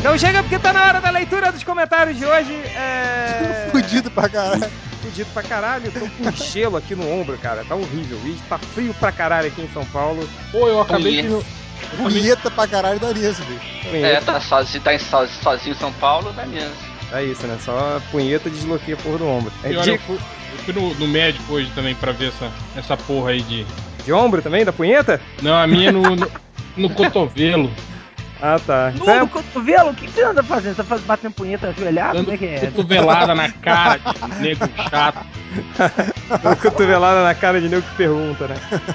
Então chega porque tá na hora da leitura dos comentários de hoje. É... Fudido pra caralho. Fudido pra caralho. Tô com um gelo aqui no ombro, cara. Tá horrível. E tá frio pra caralho aqui em São Paulo. Pô, eu acabei de. Punheta pra caralho da Nias, bicho. É, tá, sozinho, tá em, sozinho em São Paulo, da Nias. É isso, né? Só a punheta desbloqueia a porra do ombro. É E olha, eu fui, eu fui no, no médico hoje também pra ver essa, essa porra aí de. De ombro também, da punheta? Não, a minha é no, no, no cotovelo. Ah, tá. Nu Então é- no cotovelo? O que que você anda fazendo? Você tá faz- batendo punheta ajoelhado? Dando Como é que é? cotovelada na cara de nego chato. uma um cotovelada na cara de nego que pergunta, né?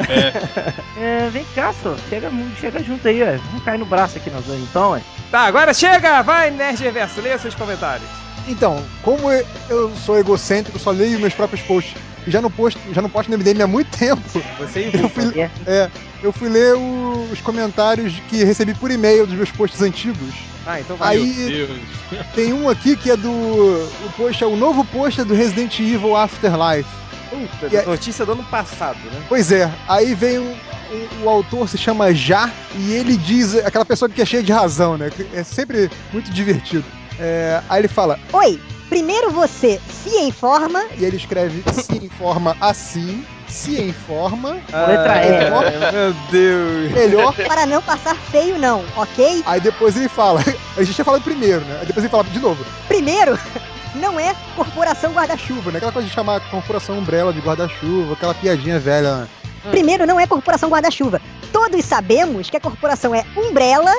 É, É, vem cá, só. Chega, mu- chega junto aí, ó. Vamos cair no braço aqui nós dois então, ué. Tá, agora chega! Vai, Nerd Reverso, leia seus comentários. Então, como eu sou egocêntrico, só leio meus próprios posts. E Já não posto, já não posto no MDM há muito tempo. Você e Eu Vulcan. fui, É. é, eu fui ler o- os comentários que recebi por e-mail dos meus posts antigos. Ah, então vai. Aí meu Deus. Tem um aqui que é do. O post é o novo post é do Resident Evil Afterlife. Puta, e aí- notícia do ano passado, né? Pois é, aí vem um, um- o autor se chama Já e ele diz aquela pessoa que é cheia de razão, né? que É sempre muito divertido. É, aí ele fala, Oi, primeiro você se informa. e ele escreve se informa assim, se informa, letra é. E. Meu Deus. melhor. Para não passar feio, não, ok? Aí depois ele fala, a gente tinha falado primeiro, né? Aí depois ele fala de novo, Primeiro, não é corporação guarda-chuva. chuva, né? Aquela coisa de chamar a corporação Umbrella de guarda-chuva, aquela piadinha velha, né? Primeiro, não é corporação guarda-chuva. Todos sabemos que a corporação é Umbrella.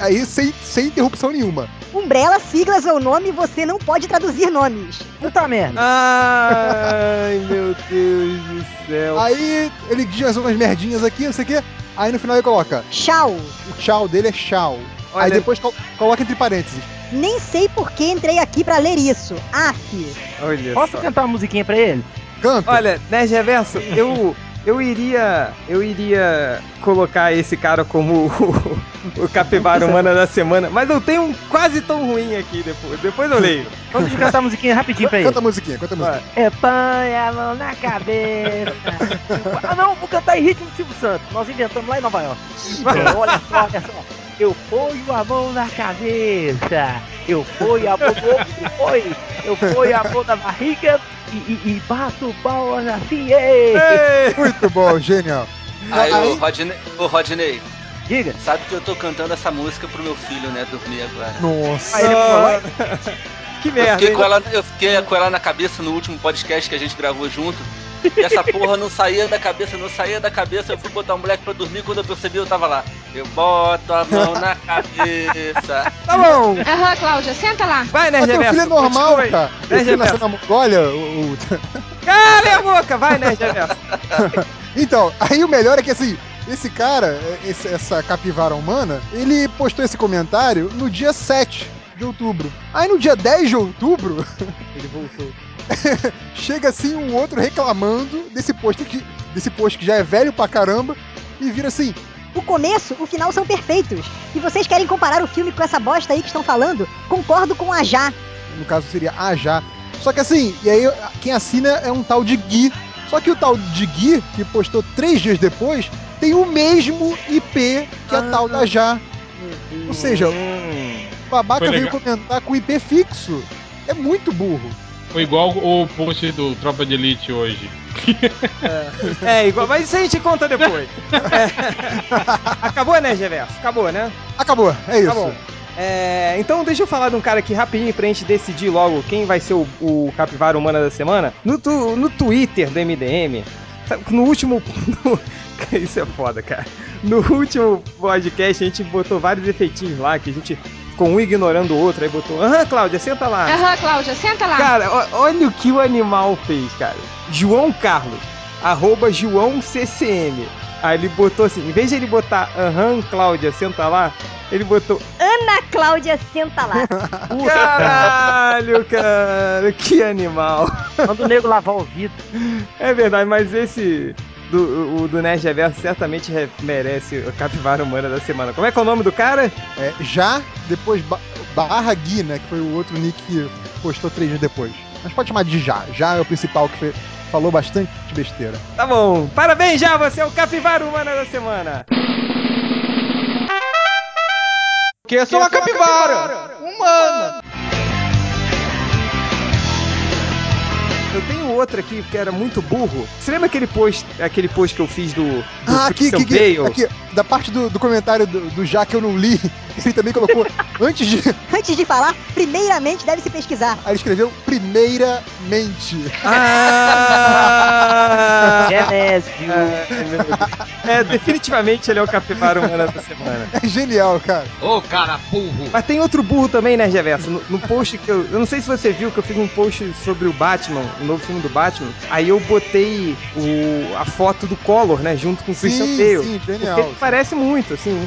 Aí sem, sem interrupção nenhuma. Umbrella, siglas ou nome, você não pode traduzir nomes. Puta merda. Ai, meu Deus do céu. Aí ele diz mais umas merdinhas aqui, não sei o quê. Aí no final ele coloca, Tchau. o tchau dele é tchau. Olha, Aí depois col- coloca entre parênteses. Nem sei por que entrei aqui pra ler isso. Aff. olha Posso Ah, é só. cantar uma musiquinha pra ele? Canto. Olha, Nerd Reverso, eu, eu iria. Eu iria colocar esse cara como o, o capivara humana da semana, mas eu tenho um quase tão ruim aqui depois. Depois eu leio. Vamos cantar a musiquinha rapidinho pra ele. canta a musiquinha, canta a Vai. musiquinha. Eu ponho É a mão na cabeça. ah, não, vou cantar em ritmo do Silvio Santos. Nós inventamos lá em Nova York. olha só, olha só. Eu ponho a mão na cabeça. Eu ponho a mão no ombro. Foi. Eu ponho a mão na barriga e, e, e bato palmas assim. Ei. Ei! Muito bom, genial. Aí, o Aí- Rodney, o Rodney, Diga. sabe que eu tô cantando essa música pro meu filho, né, dormir agora. Nossa. Aí ele falou, vai. Que Eu merda, fiquei, hein? com ela, eu fiquei com ela na cabeça no último podcast que a gente gravou junto. E essa porra não saía da cabeça, não saía da cabeça. Eu fui botar um moleque pra dormir quando eu percebi eu tava lá. Eu boto a mão na cabeça. Tá bom! Aham, Cláudia, senta lá. Vai, Mas Nerd um teu Reverso. filho é normal, continua aí. cara. Teu Deixa filho eu nasceu ver. na Mongólia. o- o- Cala a boca! Vai, Nerd Reverso. Então, aí o melhor é que assim, esse cara, esse- essa capivara humana, ele postou esse comentário no dia 7 de outubro. Aí no dia 10 de outubro, Ele voltou. chega assim um outro reclamando desse post que, desse post que já é velho pra caramba e vira assim, O começo, o final são perfeitos. E vocês querem comparar o filme com essa bosta aí que estão falando? Concordo com a Já. no caso seria a já. Só que assim, e aí quem assina é um tal de Gui. Só que o tal de Gui, que postou três dias depois, tem o mesmo IP que a tal da já. Ou seja, Hum. o babaca Foi veio legal. comentar com IP fixo. É muito burro. Foi igual o post do Tropa de Elite hoje. É igual, mas isso a gente conta depois. É. Acabou, né, Reverso? Acabou, né? Acabou, é isso. Tá bom. É, então deixa eu falar de um cara aqui rapidinho pra gente decidir logo quem vai ser o, o capivara humana da semana. No, tu- no Twitter do MDM, sabe, tá, no último. no- isso é foda, cara. No último podcast a gente botou vários efeitinhos lá que a gente ficou um ignorando o outro, aí botou. Aham, Cláudia, senta lá. Aham, Cláudia, senta lá. Cara, ó- olha o que o animal fez, cara. João Carlos, arroba João CCM. Aí ele botou assim, em vez de ele botar aham, Cláudia, senta lá, ele botou Ana Cláudia, senta lá. caralho, cara, que animal. Manda o nego lavar o ouvido. É verdade, mas esse do, o do Nerd Reverso certamente re- merece o Capivara Humana da Semana. Como é que é o nome do cara? É, já, depois ba- barra Gui, né? Que foi o outro nick que postou três dias depois. Mas pode chamar de já. Já é o principal que fe- falou bastante besteira. Tá bom, parabéns já, você é o Capivara Humana da Semana. Porque eu sou uma capivara humana. Eu tenho outra aqui que era muito burro. Você lembra aquele post, aquele post que eu fiz do, do Ah, aqui, Christian aqui, aqui, Bale? aqui, da parte do, do comentário do, do Já que eu não li, ele também colocou, antes de. Antes de falar, primeiramente deve se pesquisar. Aí ele escreveu, primeiramente. Ah! É, Genésio. é, definitivamente ele é o capivara humana da semana. É genial, cara. Mas tem outro burro também, né, Geverso? No, no post que eu. Eu não sei se você viu que eu fiz um post sobre o Batman, o novo filme do Batman. Aí eu botei o, a foto do Collor, né? Junto com o Christian Bale. sim, Porque genial. É. ele parece muito, assim.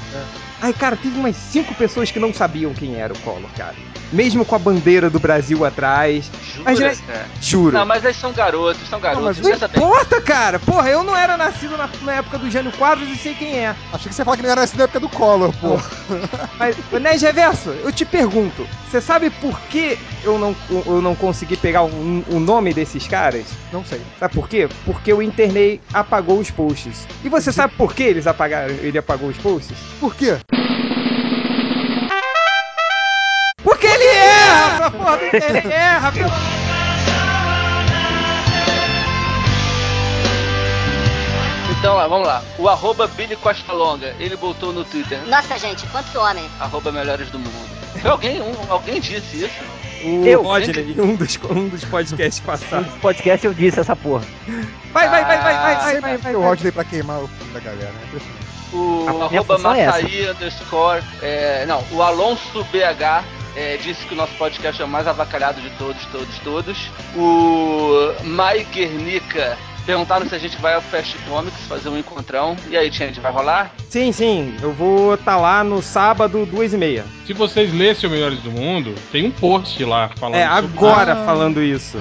Ai, cara, teve umas cinco pessoas que não sabiam quem era o Collor, cara. Mesmo com a bandeira do Brasil atrás. Jura, Mas, né, cara? Juro. Não, mas eles são garotos, são Não, mas garotos. Não é pensa bem. importa, cara! Porra, eu não era nascido na, na época do Jânio Quadros e sei quem é. Achei que você ia falar que não era assim na época do Collor, pô. Mas, né, Geverso, eu te pergunto, você sabe por que eu não, eu não consegui pegar o, o nome desses caras? Não sei. Sabe por quê? Porque o internei apagou os posts. E você sabe por que eles apagaram, ele apagou os posts? Por quê? É. Porque ele erra, essa porra do internet erra, pelo... Então, lá, vamos lá. O arroba Billy Costa Longa, ele botou no Twitter, Nossa, gente, quanto homem. arroba melhores do mundo. Foi alguém, um- alguém disse isso. O Eu? Rodney, um dos, um dos podcasts passados. No podcast eu disse essa porra. Vai, vai, vai, vai, vai, vai, vai, Sempre vai, o vai. Rodney pra queimar o filho da galera. né? Impressionante. O A minha arroba função é essa. Maçaí underscore. é, não, o Alonso BH é, disse que o nosso podcast é o mais avacalhado de todos, todos, todos. O Mike Guernica perguntaram se a gente vai ao Fast Comics fazer um encontrão. E aí, Change, vai rolar? Sim, sim, eu vou estar lá no sábado, duas e meia. Se vocês lessem o Melhores do Mundo, tem um post lá falando É, sobre- agora falando isso.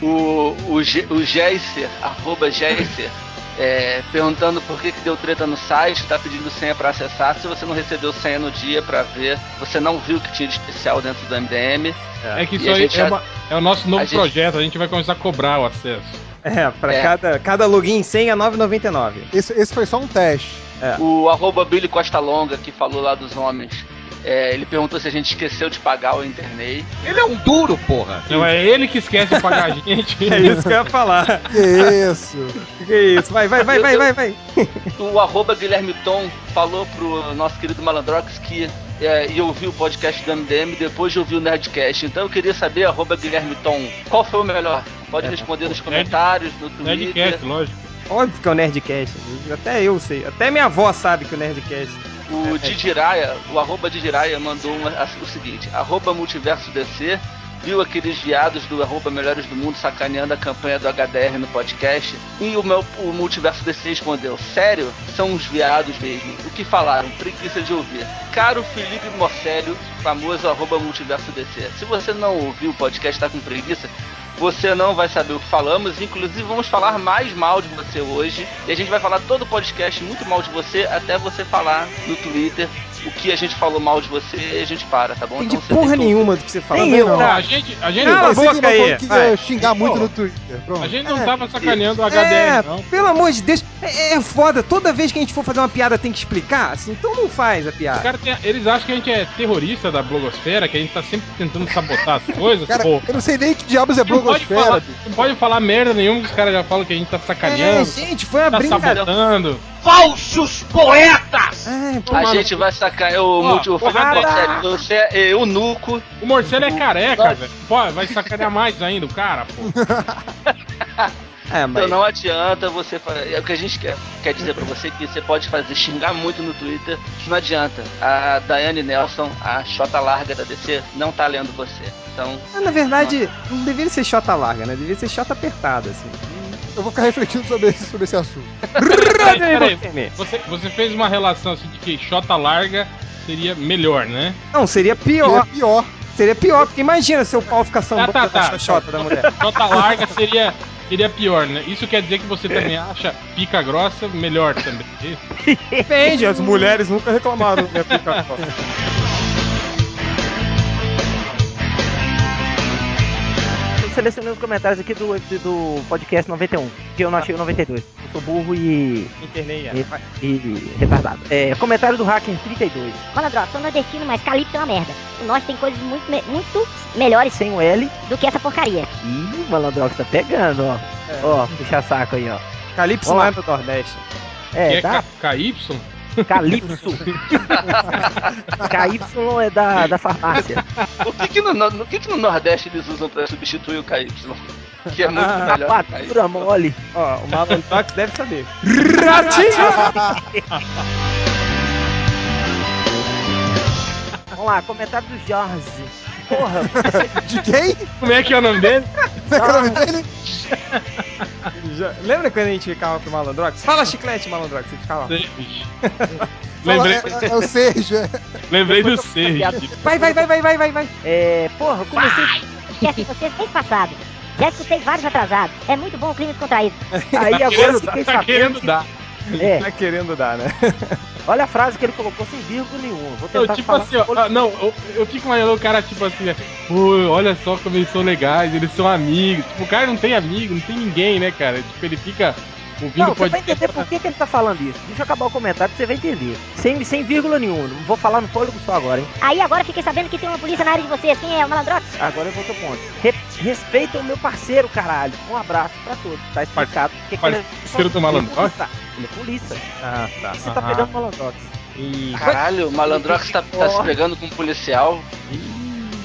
O, o, Ge- o Geiser, arroba Geiser, é, perguntando por que, que deu treta no site, tá pedindo senha pra acessar. Se você não recebeu senha no dia pra ver, você não viu o que tinha de especial dentro do MDM. É que E isso a aí gente é, a- uma- é o nosso novo a gente- projeto, a gente vai começar a cobrar o acesso. É, pra É. Cada, cada login 100 é 9,99. Esse, esse foi só um teste. O arroba Billy Costa Longa, que falou lá dos homens, é, ele perguntou se a gente esqueceu de pagar o internet. Não é ele que esquece de pagar a gente. É isso que eu ia falar. Que isso? Que isso, vai, vai, vai, vai, vai, vai. O arroba Guilherme Tom falou pro nosso querido Malandrox que é, ia ouvir o podcast do MDM depois de ouvir o Nerdcast. Então eu queria saber, arroba Guilherme Tom, qual foi o melhor? Pode responder nos comentários, no Twitter. Nerdcast, é lógico. Óbvio que é o Nerdcast. Até eu sei. Até minha avó sabe que é o Nerdcast. O Didiraia, o arroba Didiraia mandou uma- a- o seguinte, arroba multiverso DC, viu aqueles viados do arroba melhores do mundo sacaneando a campanha do HDR no podcast? E o meu o multiverso DC respondeu, sério? São uns viados mesmo. O que falaram? Preguiça de ouvir. Caro Felipe Morcélio, famoso arroba multiverso DC, se você não ouviu o podcast tá com preguiça, você não vai saber o que falamos, inclusive vamos falar mais mal de você hoje. E a gente vai falar todo o podcast muito mal de você, até você falar no Twitter o que a gente falou mal de você e a gente para, tá bom? Tem de você porra tem que- nenhuma do que você fala. Nem eu, Não, Tá. a gente, a gente, Cala a Eu sei boca que uma coisa aí, que vai. ia xingar muito Pô. no Twitter. a Pronto. gente não tava sacaneando o HDR, É, não. pelo amor de Deus, é, é foda. Toda vez que a gente for fazer uma piada tem que explicar, assim, então não faz a Os piada. caras têm- eles acham que a gente é terrorista da blogosfera, que a gente tá sempre tentando sabotar as coisas, Cara, pô. eu não sei nem que diabos é Não pode, falar, blogosfera. não pode falar merda nenhuma que os caras já falam que a gente tá É, sacaneando, gente, foi uma tá brincadeira. sabotando. É, pô, A mano, gente vai sacanear o Ó, Multi... o Felipe porrada! Morcélio, você é eunuco. O Morcelo é careca, velho. Pô, vai sacanear mais ainda o cara, pô. é, Então mas... não adianta você fazer. É o que a gente quer, quer dizer pra você que você pode fazer xingar muito no Twitter. Não adianta. A Daiane Nelson, a chota larga da DC, não tá lendo você. Então, Ah, Na verdade, não deveria ser chota larga, né? Deveria ser chota apertada, assim. Eu vou ficar refletindo sobre esse, sobre esse assunto. Peraí, peraí. Rodney. Você, você fez uma relação assim de que Xota larga seria melhor, né? Não, seria E é pior. pior. Seria pior, porque imagina seu pau ficar sambando Tá, tá, na tá. xoxota da mulher. Xota larga seria, seria pior, né? Isso quer dizer que você também acha pica grossa melhor também. Depende, as mulheres nunca reclamaram da minha pica grossa. selecionei os comentários aqui do, do podcast 91, que eu não achei o 92. Eu sou burro e, Internei já. e, e retardado. É, comentário do Hacker 32. Malandro, ó, sou nordestino, mas Calypso é uma merda. O norte tem coisas muito, me- muito melhores Sem o L. do que essa porcaria. Ih, malandrox tá pegando, ó. Ó, puxa saco aí, ó. Calypso Olá. não é do Nordeste. Que É, é da K- KY? Calypso. KY é da, da farmácia. O que que no, no- o que que no Nordeste eles usam pra substituir o KY? Que é muito Ah, melhor. que o Rapadura KY. mole. Ó, o Malandrox deve saber. Vamos lá, comentário do Jorge. Porra, De quem? Como é que é o nome dele? Como é que é o nome dele? Já- Lembra quando a gente ficava pro Malandrox? Fala chiclete, Malandrox. Você ficava. Serge. Fala, lembrei, é, é o Sérgio. é. lembrei do Tá Serge. Vai, vai, vai, vai, vai, vai, vai. é, porra, eu comecei. Esquece vocês mês passado. Já escutei vários atrasados. É muito bom o clima descontraído. Aí agora eu Querendo, fiquei dar- tá sabendo. querendo que- dar. É, Tá querendo dar, né? olha a frase que ele colocou sem vírgula nenhuma. Vou tentar Não, tipo falar. assim, ó. ah, Não, eu, eu fico imaginando o cara, tipo assim, né, "Pô, olha só como eles são legais, eles são amigos. Tipo, o cara não tem amigo, não tem ninguém, né, cara? Tipo, ele fica ouvindo Não, você vai podcast. entender por que, que ele tá falando isso. Deixa eu acabar o comentário que você vai entender. Sem, sem vírgula nenhuma. Não vou falar no fôlego só agora, hein? Aí agora fiquei sabendo que tem uma polícia na área de vocês. Quem é o Malandrox? Agora eu vou pro ponto. Re respeita o meu parceiro, caralho. Um abraço pra todos. Tá explicado. Porque que parceiro só- do malandro. Polícia. Ele é polícia. Ah, tá. E você tá Ah. pegando malandrox? E... Caralho, o Malandrox tá, tá se pegando com um policial.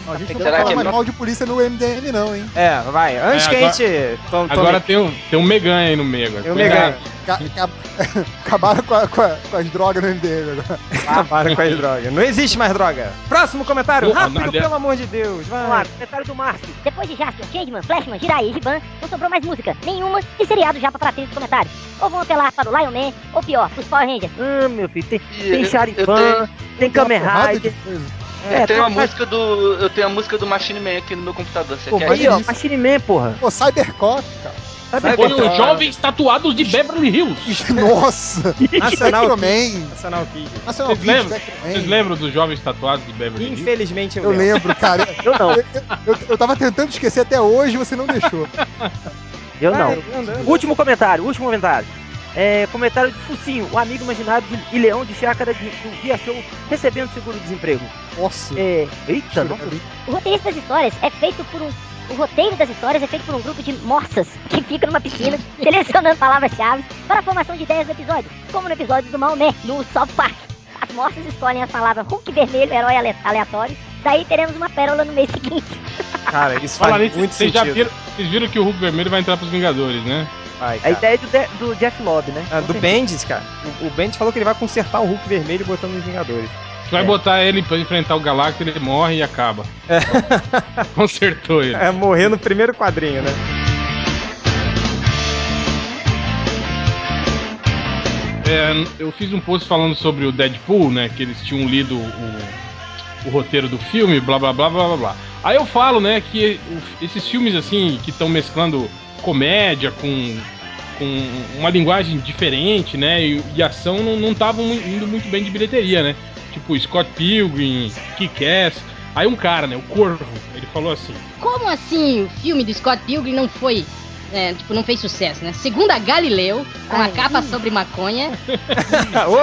Ó, A gente não Será vai que é falar mais no- mal de polícia no MDM, não, hein? É, vai. Antes É, que a agora- gente. Tom, Agora tem um, tem um Megan aí no meio agora. Eu Megan. Cuidado. Ca- ca- Acabaram com, a- com a- com as drogas no MDM agora. Acabaram com as drogas. Não existe mais droga. Próximo comentário. Porra, Rápido, Nádia. pelo amor de Deus. Vai. Vamos lá, comentário do Márcio. Depois de Jasper, Changeman, Flashman, Jiraiya e Giban, não sobrou mais música, nenhuma, e seriado japa pra três comentários. Ou vão apelar para o Lion Man, ou pior, os Power Rangers. Ah, meu filho, tem, E tem eu- eu Charipan, tenho- tem Uma Kamen porrada Rider. de coisa. É, eu tenho a tem- música do. Eu tenho a música do Machine Man aqui no meu computador. Você Pô, quer aí, isso? ó, Machine Man, porra. Tá Pô, Cybercop, cara. Sabe um Põe qual- os jovens tatuados um de Beverly Hills. Nossa! Nacional Spectroman. Nacional Kid. Nacional Vocês Kid, lembram? Spectroman. Vocês lembram dos jovens tatuados de Beverly Hills? Infelizmente Eu lembro, cara. então. Eu é não, Eu, eu tava tentando esquecer até hoje, você não deixou. eu não. Vai, anda, anda. Último comentário, último comentário. É, comentário de Focinho, o amigo imaginário de Ileão de Chácara de, do Via Show recebendo seguro-desemprego. Nossa. É, eita, não, O roteiro das histórias é feito por um. O roteiro das histórias é feito por um grupo de morsas que fica numa piscina selecionando palavras-chave para a formação de ideias do episódio, como no episódio do Maomé, no South Park. As morsas escolhem a palavra Hulk vermelho, herói ale- aleatório, daí teremos uma pérola no mês seguinte. Cara, isso Fala faz nisso, muito vocês já sentido. viram, vocês viram que o Hulk Vermelho vai entrar pros Vingadores, né? Vai, a cara. ideia é do, De- do Jeff Lobb, né? Ah, do Com Bendis, cara. O, o Bendis falou que ele vai consertar o Hulk vermelho botando nos Vingadores. A gente vai É. botar ele pra enfrentar o Galactus, ele morre e acaba. Consertou ele. É morrer no primeiro quadrinho, né? É, eu fiz um post falando sobre o Deadpool, né? Que eles tinham lido o, o roteiro do filme, blá blá blá blá blá blá. Aí eu falo, né, que o- esses filmes assim, que estão mesclando comédia com, com uma linguagem diferente, né? E, e ação não estavam indo muito bem de bilheteria, né? Tipo Scott Pilgrim, Kick-Ass. Aí um cara, né, o Corvo, ele falou assim. Como assim o filme do Scott Pilgrim não foi. é, tipo, não fez sucesso, né? Segundo a Galileu, com a Ai, capa sobre maconha,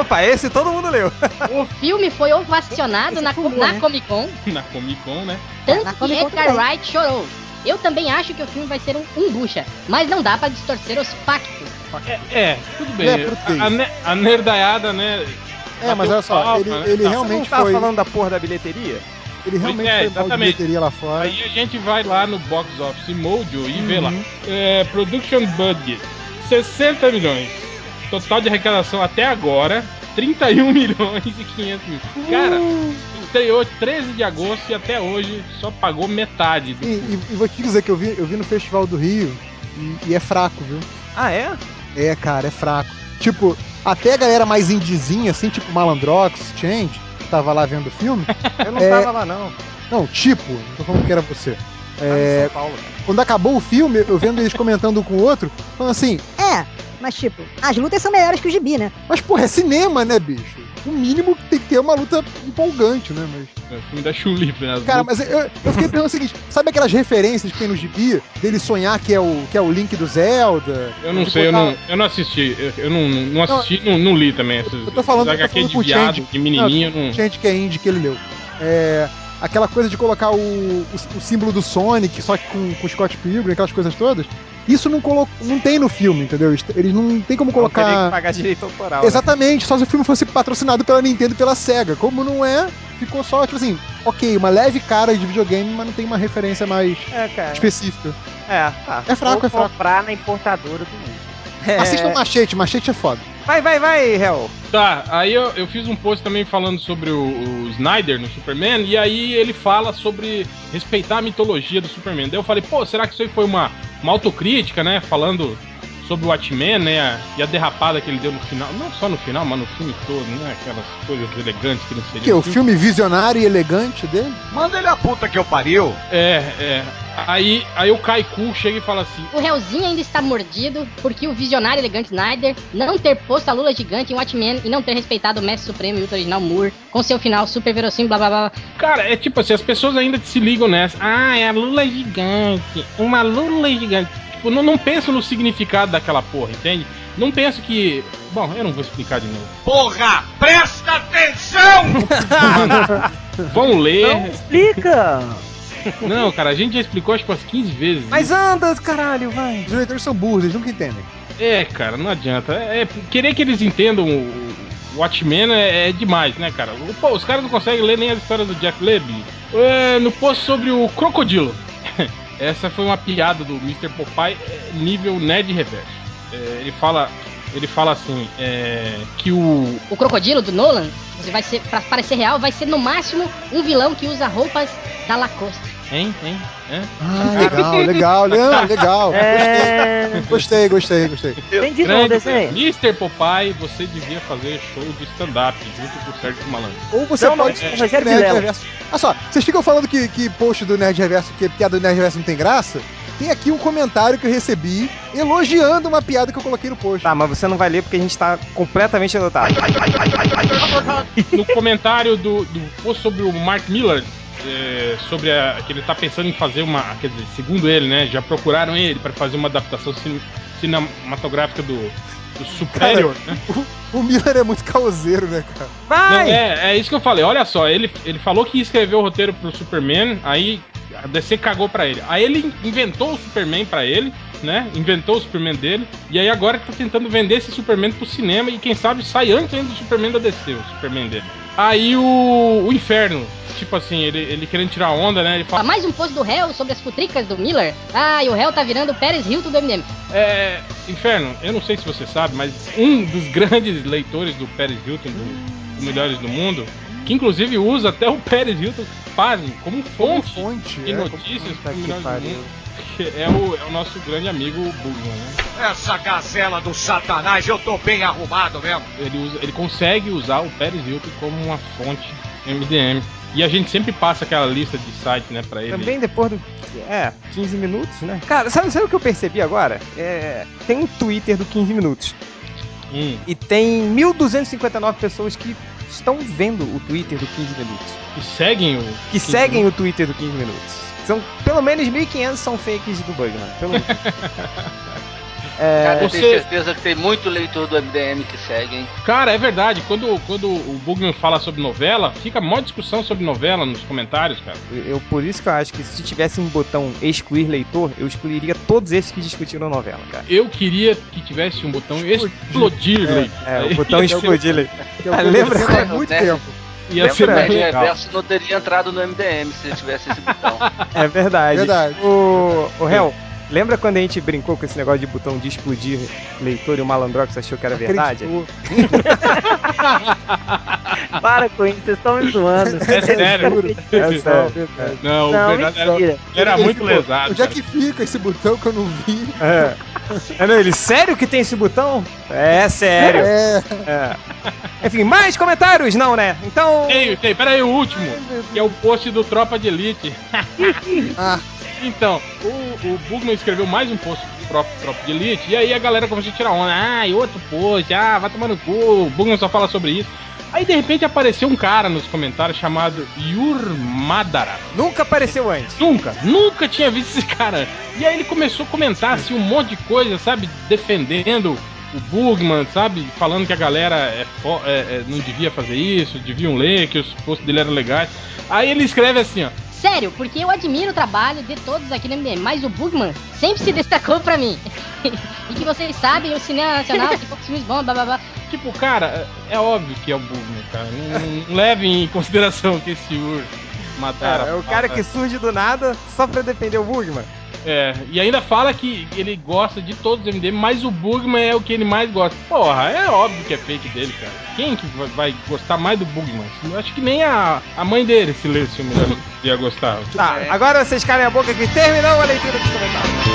Opa, esse todo mundo leu. o filme foi ovacionado Esse na, fumou, na né? Comic Con, na Comic Con, né? tanto Na que Comic Con Edgar também. Wright chorou. Eu também acho que o filme vai ser um, um bucha, mas não dá pra distorcer os factos. É, tudo bem. Ele é português. a, a, ne- a nerdaiada, né? É, mas bateu olha só, palma, ele, né? ele Tá. Você não realmente tava foi. falando da porra da bilheteria? Ele realmente É, foi mal de exatamente. bilheteria lá fora. Aí a gente vai lá no Box Office Mojo e vê lá. Uhum. É, production Budget, 60 milhões. Total de arrecadação até agora, 31 milhões e 500 mil. Cara, Uh. estreou 13 de agosto e até hoje só pagou metade do E, e- e vou te dizer que eu vi, eu vi no Festival do Rio e, e é fraco, viu? Ah, é? É, cara, é fraco. Tipo, até a galera mais indizinha, assim, tipo Malandrox, Change, que tava lá vendo o filme. Eu não É. tava lá, não. Não, tipo, não tô falando que era você. É, Ah, Tava em São Paulo. Quando acabou o filme, eu vendo eles comentando um com o outro, falando assim, É, Mas, tipo, as lutas são melhores que o gibi, né? Mas, porra, é cinema, né, bicho? O mínimo tem que ter é uma luta empolgante, né? Mas. É o filme da Chun-Li, né? As Cara, lutas- mas eu, eu fiquei pensando o seguinte: sabe aquelas referências que tem no gibi dele sonhar que é o, que é o Link do Zelda? Eu não De sei, eu botar- não, eu não assisti. Eu, eu não, não não assisti, não, não li também. Essas, Eu tô falando- essas eu tô HQ falando de com o viado, Change. de menininha, eu não. Uhum. Gente que é indie que ele leu. É, aquela coisa de colocar o, o- o símbolo do Sonic, só que com, com o Scott Pilgrim, aquelas coisas todas. Isso não, colo, não tem no filme, entendeu? Eles- Eles não tem como Não teria que colocar. pagar direito autoral. né? Exatamente, só se o filme fosse patrocinado pela Nintendo e pela SEGA. Como não é, ficou só, tipo assim, ok, uma leve cara de videogame, mas não tem uma referência mais É, cara. específica. É, tá. É fraco, Ou é fraco. comprar na importadora do mundo. É, Assista o Machete, Machete é foda. Vai, vai, vai, Hel. Tá, aí eu, eu fiz um post também falando sobre o, o Snyder no Superman, e aí ele fala sobre respeitar a mitologia do Superman. Daí eu falei, pô, será que isso aí foi uma, uma autocrítica, né? Falando sobre o Watchmen, né? a- E a derrapada que ele deu no final, não só no final, mas no filme todo, né? Aquelas coisas elegantes que não seriam. Que é o filme. filme visionário e elegante dele? Manda ele a puta que eu pariu. É, é. Aí, aí o Kaiku chega e fala assim: O réuzinho ainda está mordido porque o visionário elegante Snyder não ter posto a lula gigante em Watchmen e não ter respeitado o mestre supremo e o original Moore com seu final super verossímil, blá blá blá. blá. Cara, é tipo assim, as pessoas ainda se ligam nessa. Ah, é a Lula gigante. Uma Lula gigante. Tipo, não, não penso no significado daquela porra, entende? Não penso que. Bom, eu não vou explicar de novo. Porra, presta atenção! Vão ler. Explica! Não, cara, a gente já explicou acho que umas 15 vezes. Mas anda, caralho, vai. Os leitores são burros, eles nunca entendem. É, cara, não adianta. É, é, querer que eles entendam o o Watchmen é, é demais, né, cara? O- Pô, os caras não conseguem ler nem a história do Jeff Leb. É, no post sobre o Crocodilo. Essa foi uma piada do Mr. Popeye é, nível Ned Reverso. É, ele fala. Ele fala assim, é, que o. O crocodilo do Nolan, você vai ser, pra parecer real, vai ser no máximo um vilão que usa roupas da Lacoste. Hein, hein, hein? Ah, legal, legal, legal, legal. É... Gostei, gostei, gostei. Tem de novo desse aí. Mr. Popeye, você devia fazer show de stand-up junto com o Sérgio Malandro. Ou você Não, não, pode é assistir Rogério Nerd Vilela. Reverso. Olha só, vocês ficam falando que, que post do Nerd Reverso, que piada do Nerd Reverso não tem graça? Tem aqui um comentário que eu recebi elogiando uma piada que eu coloquei no post. Tá, mas você não vai ler porque a gente tá completamente adotado. no comentário do, do post sobre o Mark Miller, é, sobre a- que ele tá pensando em fazer uma. Quer dizer, segundo ele, né? Já procuraram ele para fazer uma adaptação cine- cinematográfica do, do Superior, né? O Miller é muito causeiro, né, cara? Não, Vai! é, é isso que eu falei. Olha só, ele, ele falou que ia escrever o roteiro pro Superman, aí a DC cagou pra ele. Aí ele inventou o Superman pra ele, né? Inventou o Superman dele. E aí agora ele tá tentando vender esse Superman pro cinema e quem sabe sai antes ainda do Superman da DC, o Superman dele. Aí o, o Inferno, tipo assim, ele, ele querendo tirar onda, né? Ele Ah, fala. Mais um post do réu sobre as futricas do Miller. Ah, e o réu tá virando o Pérez Hilton do MDM. É, Inferno, eu não sei se você sabe, mas um dos grandes leitores do Pérez Hilton, do, do Melhores do Mundo, que inclusive usa até o Pérez Hilton, fazem como fonte Fonte, de é. notícias Puta pro que Melhores do pariu. Mundo, que é o, é o nosso grande amigo Bugman, né? Essa gazela do satanás, eu tô bem arrumado mesmo. Ele, usa- ele consegue usar o Pérez Hilton como uma fonte MDM. E a gente sempre passa aquela lista de site, né, pra ele. Também depois do. É, 15 minutos, né? Cara, sabe, sabe o que eu percebi agora? É, tem um Twitter do 15 minutos. Hum, E tem 1.259 pessoas que estão vendo o Twitter do 15 minutos. e seguem o. Que seguem o Twitter do 15 minutos. São pelo menos 1.500 são fakes do Bugman. Pelo menos. é- Cara, eu tenho você- certeza que tem muito leitor do MDM que segue, hein? Cara, é verdade. Quando, quando o Bugman fala sobre novela, fica mó discussão sobre novela nos comentários, cara. Eu, por isso que eu acho que se tivesse um botão excluir leitor, eu excluiria todos esses que discutiram novela, cara. Eu queria que tivesse um botão explodir, leitor. É, Aí o botão ia- um- explodir leitor. Que é o que Ah, eu lembra? defendo há muito É. tempo. ia ser Lembra? bem o legal. Reverso é não teria entrado no MDM se ele tivesse esse botão. É verdade. Verdade. O, o Hel, lembra quando a gente brincou com esse negócio de botão de explodir leitor e o malandrox achou que era verdade? Acreditou. Para com isso, vocês estão me zoando. É sério. É sério. Verdade. Não, o Não, verdade era, mentira. era Ele muito ficou, lesado. Onde é cara. que fica esse botão que eu não vi? É. É, não, ele, sério que tem esse botão? É sério. É, É. Enfim, mais comentários? Não, né? Então. Tem, tem, peraí, o último, que é o post do Tropa de Elite. Ah. Então, o, o Bugman escreveu mais um post próprio Tropa de Elite. E aí a galera começou a tirar onda. Ah, e outro post. Ah, vai tomar no cu. O Bugman só fala sobre isso. Aí de repente apareceu um cara nos comentários chamado Yurmadara. Nunca apareceu antes. Nunca, nunca tinha visto esse cara. E aí ele começou a comentar assim, um monte de coisa, sabe? Defendendo o Bugman, sabe? Falando que a galera é fo- é- é- não devia fazer isso, deviam ler, que os posts dele eram legais. Aí ele escreve assim, ó. Sério, porque eu admiro o trabalho de todos aqui no MDM, mas o Bugman sempre se destacou pra mim. e que vocês sabem, o cinema nacional tem poucos filmes bons, blá blá blá. Tipo, cara, é é óbvio que é o Bugman, cara. Não, não- não leve em consideração que esse Ur mataram. É, é o cara Ah, que surge do nada só pra defender o Bugman. É, e ainda fala que ele gosta de todos os MDM, mas o Bugman é o que ele mais gosta. Porra, é óbvio que é fake dele, cara. Quem que vai- vai gostar mais do Bugman? Eu acho que nem a, a mãe dele, se lê esse filme, ela ia gostar. É. Tá, agora vocês calem a boca que terminamos a leitura dos comentários.